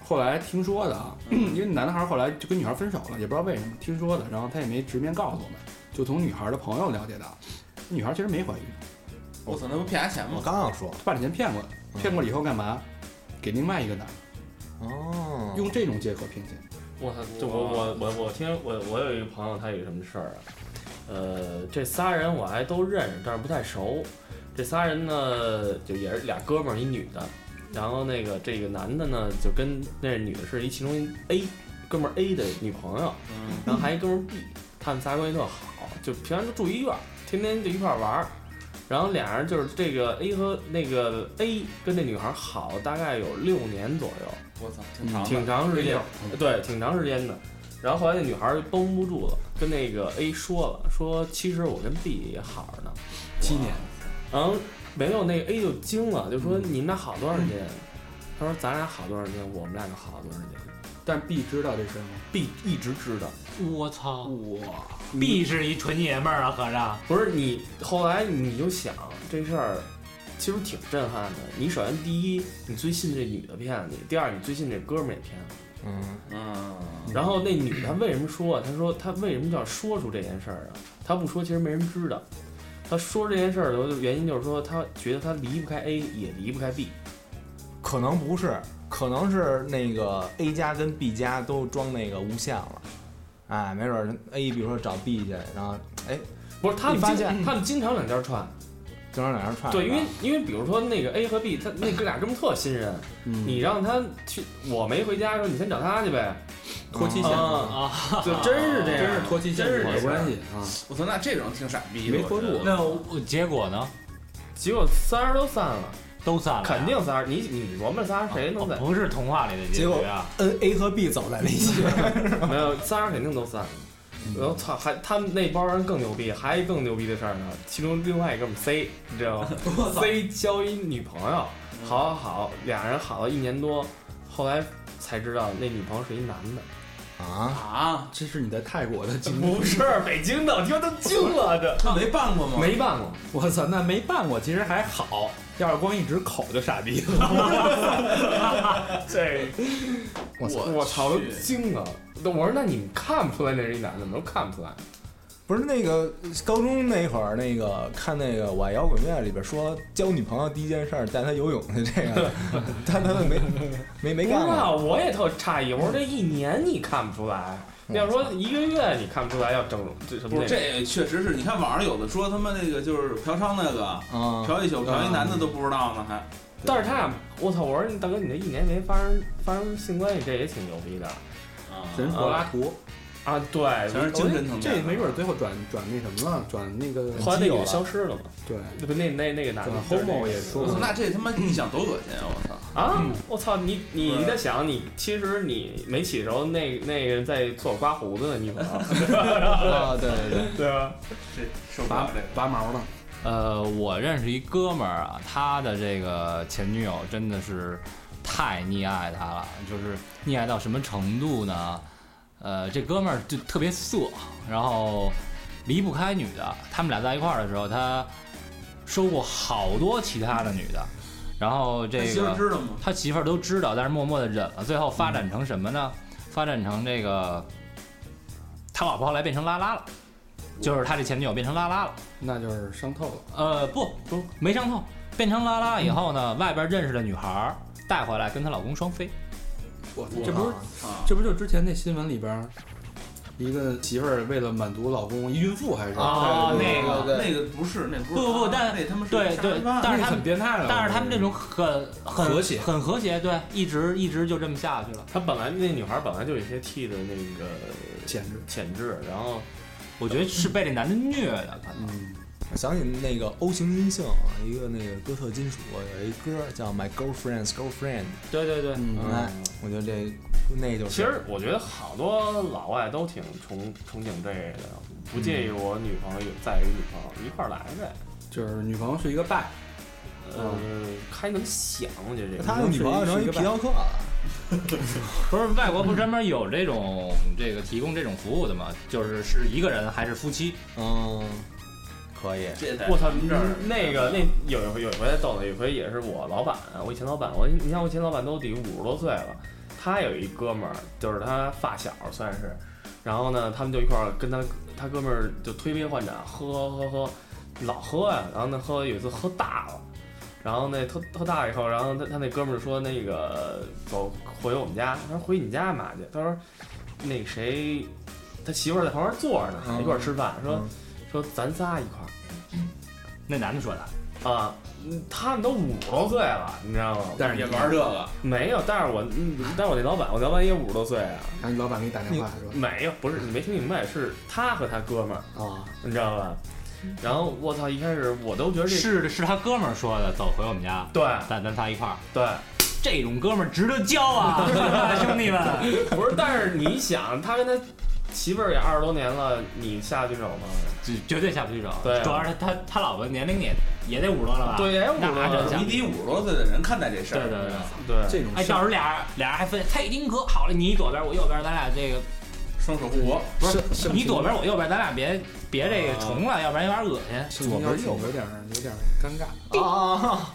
S4: 后来听说的啊，因为男孩后来就跟女孩分手了，也不知道为什么，听说的，然后他也没直面告诉我们，就从女孩的朋友了解到，女孩其实没怀孕，
S3: 我操，那不骗他钱
S5: 我
S3: 吗？
S5: 刚要说，
S4: 她把这钱骗过来，骗过来以后干嘛？给另外一个男的，
S5: 哦，
S4: 用这种借口骗钱。
S2: 我操！就我我我我听我我有一个朋友，他有什么事儿啊？呃，这仨人我还都认识，但是不太熟。这仨人呢，就也是俩哥们儿，一女的。然后那个这个男的呢，就跟那女的是一其中一 A 哥们儿 A 的女朋友，
S3: 嗯，
S2: 然后还一哥们儿 B，他们仨关系特好，就平常就住一院儿，天天就一块儿玩儿。然后俩人就是这个 A 和那个 A 跟那女孩儿好大概有六年左右，
S3: 我操，挺长的
S2: 挺。长时间
S4: 六，
S2: 对，挺长时间的。然后后来那女孩儿绷不住了，跟那个 A 说了，说其实我跟 B 也好着呢。
S4: 七年，
S2: 然后没有那个 A 就惊了，就说你们俩好多长时间？他说咱俩好多长时间，我们俩就好多长时间。
S4: 但 B 知道这事儿吗？
S2: B 一直知道，
S1: 我操
S4: 哇，
S1: ，B 是一纯爷们儿啊，合着
S2: 不是你后来你就想这事儿，其实挺震撼的。你首先第一，你最信这女的骗你；第二，你最信这哥们儿也骗你。
S5: 嗯，
S3: 嗯，
S2: 然后那女她为什么说啊？她说她为什么要说出这件事儿啊？她不说，其实没人知道。她说这件事儿的原因就是说，她觉得她离不开 A，也离不开 B。
S5: 可能不是，可能是那个 A 加跟 B 加都装那个无线了，哎，没准儿 A 比如说找 B 去，然后哎，
S2: 不是他们
S5: 你发
S2: 经嗯啊
S5: 现
S2: 他们经常两家串，
S5: 经常两人串着吧。
S2: 对，因为因为比如说那个 A 和 B，他那哥俩哥们特信任，
S4: 嗯
S2: 你让他去，我没回家的时候，你先找他去呗，
S3: 拖期限，
S2: 啊，就真是这样，
S4: 真是托妻
S2: 真
S4: 献
S2: 是
S4: 血
S2: 这
S4: 的
S2: 事儿
S4: 关。系啊！
S3: 我操，那这种挺傻逼的，
S4: 没拖住
S3: 我觉得
S1: 那我结果呢？
S2: 结果仨人都散了，
S1: 都散了呀，
S2: 肯定仨人，你你琢磨仨人谁能
S1: 哦
S2: 在？
S1: 不是童话里的结
S5: 结果
S1: 局啊？
S5: 嗯 A 和 B 走在了一起，
S2: 没有，仨人肯定都散了。然后操，还他们那帮人更牛逼，还一更牛逼的事儿呢。其中另外一个 C，你知道 吗？C 交一女朋友，好好好，俩人好了一年多，后来才知道那女朋友是一男的。
S5: 啊，
S3: 啊，
S4: 这是你在泰国的经历，
S2: 不是北京的，我听都惊了，这
S3: 那没办过吗？
S2: 没办过。
S4: 我操，那没办过，其实还好，要是光一直口就傻逼了。
S2: 这
S5: 我操
S2: 我操，都
S3: 去
S2: 惊了。我说那你们看不出来那是一男的吗？都看不出来。
S5: 不是那个高中那会儿，那个看那个《我爱摇滚乐》里边说交女朋友第一件事儿带她游泳的这个， 他他们没没没
S2: 不
S5: 干
S2: 知
S5: 过。
S2: 道，我也特诧异。我说这一年你看不出来，
S5: 嗯
S2: 要说一个月你看不出来要整容这什
S3: 不
S2: 么
S3: 是，
S2: 那个。
S3: 这确实是你看网上有的说他妈那个就是嫖娼那个，
S5: 啊，
S3: 嫖一宿嫖一男的都不知道呢，还
S2: 但是他俩，我操！我说你大哥，你这一年没发生发生性关系，这也挺牛逼的
S3: 啊
S4: 人柏拉图，
S2: 啊！对，
S3: 全是精神层面的。
S4: 哦这没准最后转转那什么了，转那个
S2: 后来那
S4: 基友
S2: 女
S4: 了
S2: 的消失了嘛？
S4: 对，
S2: 那不那那那个男的
S4: 转
S2: 就是那
S4: homo
S2: 个
S4: 也
S3: 我
S4: 说
S3: 操，
S4: 了。
S3: 那这他妈你想多恶心啊！我操，
S2: 啊
S4: 嗯！
S2: 我操，你你
S3: 对
S2: 在想你，其实你没起时候，那那个在厕所刮胡子呢，你可能
S5: 啊对对对，
S2: 对吧？
S3: 这受不
S4: 拔
S3: 了这个。
S4: 拔毛了，
S1: 呃，我认识一哥们儿啊，他的这个前女友真的是太溺爱他了，就是溺爱到什么程度呢？呃，这哥们儿就特别色，然后离不开女的。他们俩在一块儿的时候，他收过好多其他的女的，然后这
S3: 他
S1: 个
S3: 媳妇儿知道吗？
S1: 他媳妇儿都知道，但是默默的忍了。最后发展成什么呢？发展成这个，他老婆后来变成拉拉了，就是他这前女友变成拉拉了。
S4: 那就是伤透了。
S1: 呃，不不，没伤透，变成拉拉以后呢，外边认识的女孩儿带回来跟她老公双
S4: 哦
S1: 飞。
S4: 我
S3: 我
S4: 这不是
S3: 啊，
S4: 这不就之前那新闻里边儿，一个媳妇儿为了满足老公，孕妇还是
S3: 啊
S1: 哦那个
S5: 对
S3: 那个不是，那不是
S1: 不不不但
S3: 那他们是
S1: 对
S3: 杀
S1: 对
S3: 人犯
S1: 但是他
S4: 很
S1: 们
S4: 变态了。
S1: 但是他们这种很很
S4: 和谐
S1: 很和谐，对，一直一直就这么下去了。
S2: 她本来那女孩本来就有一些 T 的那个
S4: 简直，
S2: 潜质，然后
S1: 我觉得是被这男的虐的，可能。
S4: 嗯，
S5: 我想起那个 O 型阴性啊，一个那个哥特金属有一歌叫《My Girlfriend's Girlfriend》，
S2: 对对对。
S4: 嗯
S5: 哎，我觉得这那就是
S2: 其实我觉得好多老外都挺憧憧憬这个的，不介意我女朋友有再有一女朋友一块儿来呗。
S4: 就是女朋友是一个败，
S2: 呃，还能想，我觉得这个。
S5: 他的女朋友成一皮条客了。
S1: 不是外国不是专门有这种这个提供这种服务的吗？就是是一个人还是夫妻？
S5: 嗯，可以。
S3: 这在
S2: 我操，
S3: 这儿啊
S2: 嗯那个那有一回有一回逗的，有一回也是我老板，啊我以前老板，我你像我以前老板都得五十多岁了，他有一哥们儿，就是他发小算是，然后呢，他们就一块儿跟他他哥们儿就推杯换盏，喝喝喝，老喝呀、然后呢喝有一次喝大了。然后那喝喝大了以后，然后他他那哥们儿说那个走回我们家，他说回你家干嘛去？他说那谁，他媳妇儿在旁边坐着呢，还一块儿吃饭，说、
S5: 嗯
S2: 说咱仨一块儿。
S1: 那男的说的。
S2: 啊，嗯他们都五十多岁了，你知道吗？
S4: 但是
S3: 也玩这个，
S2: 没有，但是我，嗯但是我那老板，我老板也五十多岁啊，
S4: 然后你老板给你打电话说
S2: 没有，不是你没听明白，是他和他哥们儿，
S4: 啊，
S2: 你知道吧？然后我操，一开始我都觉得这
S1: 是是他哥们儿说的，走回我们家，
S2: 对
S1: 咱咱仨一块儿，
S2: 对，
S1: 这种哥们儿值得交啊，兄弟们。
S2: 不是，但是你想，他跟他媳妇儿也二十多年了，你下得去手吗？
S1: 就绝对下不去手。
S2: 对啊
S1: 主要是他他他老婆年龄也也得五十多了吧？
S2: 对，哎也五
S1: 啊那还真
S2: 了
S1: 行。
S6: 你得五十多岁的人看待这事
S1: 对
S6: 儿。
S1: 对对。
S2: 对，
S4: 这种
S1: 哎，
S4: 事
S1: 到时候俩人俩人还分蔡丁格，好了，你左边我右边，咱俩这个
S6: 双手互搏，
S1: 不是
S4: 是是
S1: 你左边我右边，咱俩别别这个重了，要不然有点恶心。
S4: 左边右有点儿有点儿尴尬。
S3: 啊啊啊啊！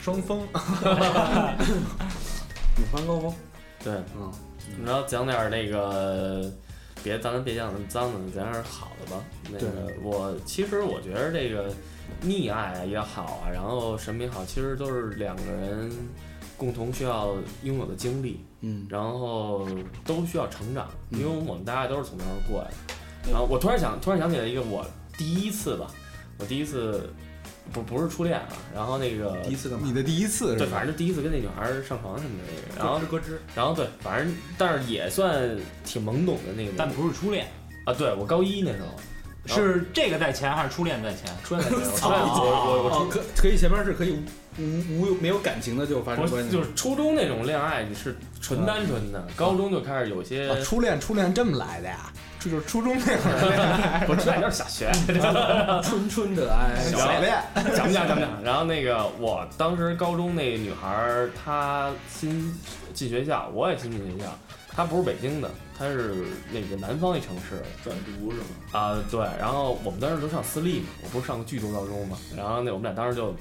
S3: 双峰，
S4: 女欢高峰，
S2: 对，
S4: 嗯，
S2: 你知道讲点儿那个，别咱们别讲那么脏的，讲点儿好的吧。那个
S4: 对
S2: 我其实我觉得这个溺爱啊也好啊，然后什么也好，其实都是两个人共同需要拥有的经历，
S4: 嗯，
S2: 然后都需要成长，因为我们大家都是从那儿过来的。
S6: 嗯
S2: 然后我突然想，突然想起来一个我第一次吧，我第一次不不是初恋啊，然后那个
S4: 第一次干嘛？
S3: 你的第一次是
S2: 对，反
S3: 吧？
S2: 正就第一次跟那女孩儿上床什么的那个，然后
S4: 咯吱咯吱，
S2: 然后对，反正但是也算挺懵懂的那个年代，
S1: 但不是初恋，
S2: 啊，对我高一那时候，然后
S1: 是这个在前还是初恋在前？
S2: 初恋那 时候
S1: 操
S2: 初恋我我
S4: 哦，
S2: 我
S4: 可可以前面是可以无无无没有感情的就发生
S2: 我啊
S4: 关系，
S2: 就是初中那种恋爱你是纯单纯的，高中就开始有些
S3: 啊，初恋，初恋这么来的呀？这就是初中那会儿
S2: 不是初恋就是小学，
S4: 春春的爱，
S3: 小恋，
S2: 讲不讲讲不讲？ 然后那个我当时高中那女孩儿她新进学校，我也新进学校，她不是北京的，她是那个南方一城市的，
S6: 转读是吗？
S2: 啊、对，然后我们当时都上私立嘛，我不是上过巨多高中嘛，然后那我们俩当时就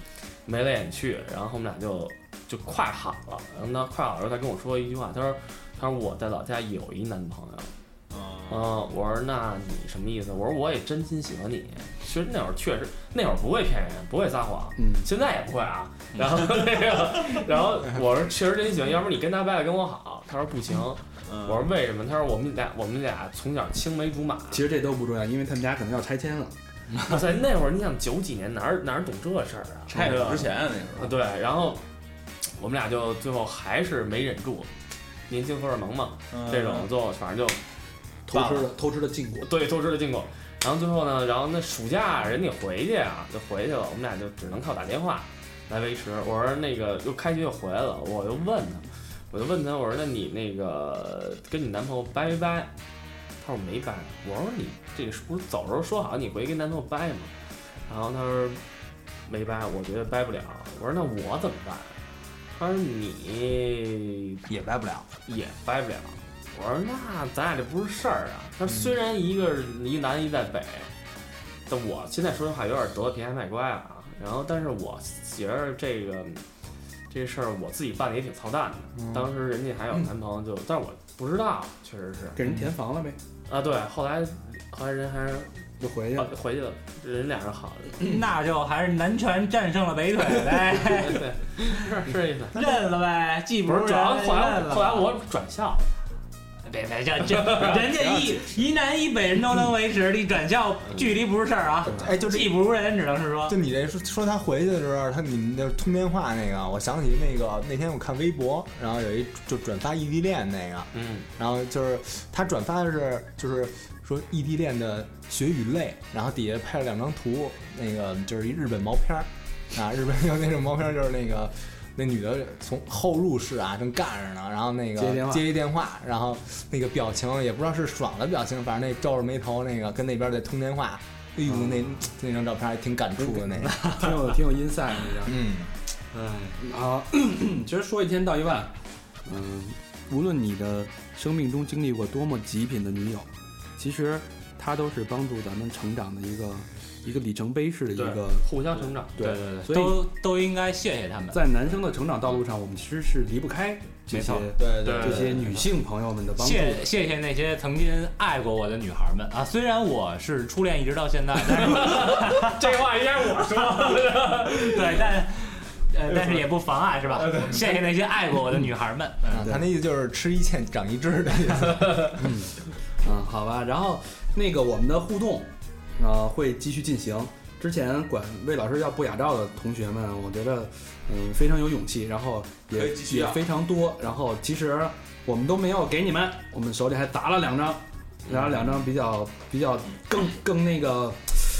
S2: 眉来眼去，然后我们俩就就快好了，然后他快好的时候，他跟我说一句话，他说他说我在老家有一男朋友，
S6: 啊，
S2: 嗯、我说那你什么意思？我说我也真心喜欢你，其实那会儿确实那会儿不会骗人，不会撒谎，
S4: 嗯，
S2: 现在也不会啊。
S6: 嗯
S2: 然后那个，然后我说确实真心喜欢，要不然你跟他掰掰跟我好，他说不行，
S6: 嗯
S2: 我说为什么？他说我们俩我们俩从小青梅竹马。
S4: 其实这都不重要，因为他们家可能要拆迁了，
S2: 哇塞，那会儿你想九几年哪儿哪儿懂这事儿啊？
S6: 拆
S2: 对吧
S6: 了之前啊那时候
S2: 啊，，对，然后我们俩就最后还是没忍住，年轻荷尔蒙嘛，
S6: 嗯
S2: 这种最后反正就
S4: 偷吃
S2: 忘
S4: 了偷吃了禁果，
S2: 对偷吃了禁果。然后最后呢，然后那暑假人家回去啊，就回去了，我们俩就只能靠打电话来维持。我说那个又开学又回来了，我就问他，我就问他，我说那你那个跟你男朋友掰没掰？他说没掰。我说你这个是不是走的时候说好你回去跟男朋友掰吗？然后他说没掰，我觉得掰不了。我说那我怎么办？他说你
S3: 也掰不了。
S2: 也掰不了。我说那咱俩这不是事儿啊。他说虽然一个是一南一在北，但我现在说实话有点得了便宜卖乖啊。然后但是我觉着这个这事儿我自己办的也挺操蛋的。当时人家还有男朋友就，但是我不知道，确实是
S4: 给人填房了呗，
S2: 啊。对，后来后来人还是、
S4: 就回去
S2: 啊
S4: 了。
S2: 回去了，人俩是好的，
S1: 那就还是南拳战胜了北腿呗，
S2: 对 对，是是这意思。
S1: 认了呗，技不
S2: 不
S1: 如人，
S2: 是，主要后来
S1: 认了吧
S2: 后来我转校了，
S1: 别别这这，人家 一一南一北人都能维持，你转校距离不是事儿啊，
S2: 嗯
S3: 哎，就这
S1: 技不如人，只能是说
S3: 就你这说说他回去的时候，他你们那通电话那个，我想起那个那天我看微博，然后有一就转发异地恋那个，
S2: 嗯，
S3: 然后就是他转发的是就是说异地恋的学与泪，然后底下配了两张图，那个就是一日本毛片儿啊，日本有那种毛片儿就是那个那女的从后入室啊正干着呢，然后那个
S4: 接一电话
S3: 接一电话，然后那个表情也不知道是爽的表情，反正那皱着眉头那个跟那边在通电话，哎呦那
S1: 嗯
S3: 那张照片还挺感触的那个，
S4: 挺有挺有 inside 的 这样。
S3: 嗯，
S4: 哎，啊，其实说一千道一万，嗯，无论你的生命中经历过多么极品的女友，其实她都是帮助咱们成长的一个一个里程碑式的一个。
S2: 互相成长，
S4: 对
S1: 对
S4: 所以
S1: 都都应该谢谢他们。
S4: 在男生的成长道路上，我们其实是离不开这
S1: 没
S4: 些
S1: 错
S3: 对
S2: 对
S4: 这些女性朋友们的帮助。
S1: 谢谢谢那些曾经爱过我的女孩们啊！虽然我是初恋一直到现在，但是
S2: 这话应该是我说。
S1: 对，但呃，但是也不妨碍是 吧？谢谢那些爱过我的女孩们。嗯
S3: 啊他那意思就是吃一堑长一智的意思，
S4: 嗯，好吧。然后那个我们的互动，呃，会继续进行。之前管魏老师要不雅照的同学们，我觉得嗯非常有勇气，然后
S6: 可
S4: 也
S6: 以继续啊
S4: 也
S6: 要
S4: 非常多。然后其实我们都没有给你们，我们手里还砸了两张，砸了两张比较比较更更那个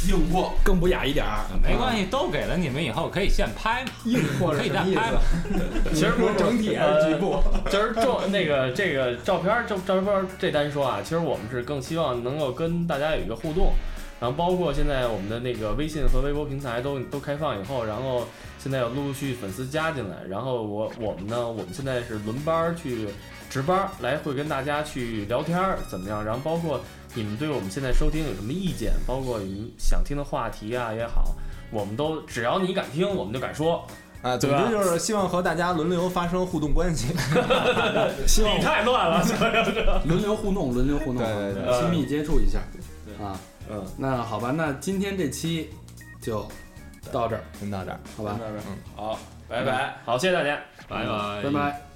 S4: 硬过更不雅一点儿，啊
S1: 没关系，都给了你们以后可以现拍嘛，
S3: 硬或者
S1: 可以
S3: 什
S1: 再
S3: 么意
S1: 拍嘛
S3: 思？。
S2: 其实不是啊
S3: 整体还
S2: 呃
S3: 是局部？
S2: 就是照那个这个照片儿照照片儿这单说啊，其实我们是更希望能够跟大家有一个互动，然后包括现在我们的那个微信和微博平台都都开放以后，然后现在有陆陆续续粉丝加进来，然后我我们呢，我们现在是轮班儿去值班儿来会跟大家去聊天儿怎么样，然后包括你们对我们现在收听有什么意见，包括你们想听的话题啊也好，我们都只要你敢听，我们就敢说，
S3: 啊，总之就是希望和大家轮流发生互动关系。
S4: 希望
S2: 你太乱了，
S4: 轮流互动，轮流互动啊，
S3: 对对
S2: 对
S4: 亲密接触一下
S7: 对
S4: 啊。
S2: 嗯，
S4: 那好吧，那今天这期就到这儿，
S3: 嗯先到这儿。嗯
S4: 好吧，
S7: 好，拜拜。
S2: 好，谢谢大家，拜拜，
S4: 拜拜。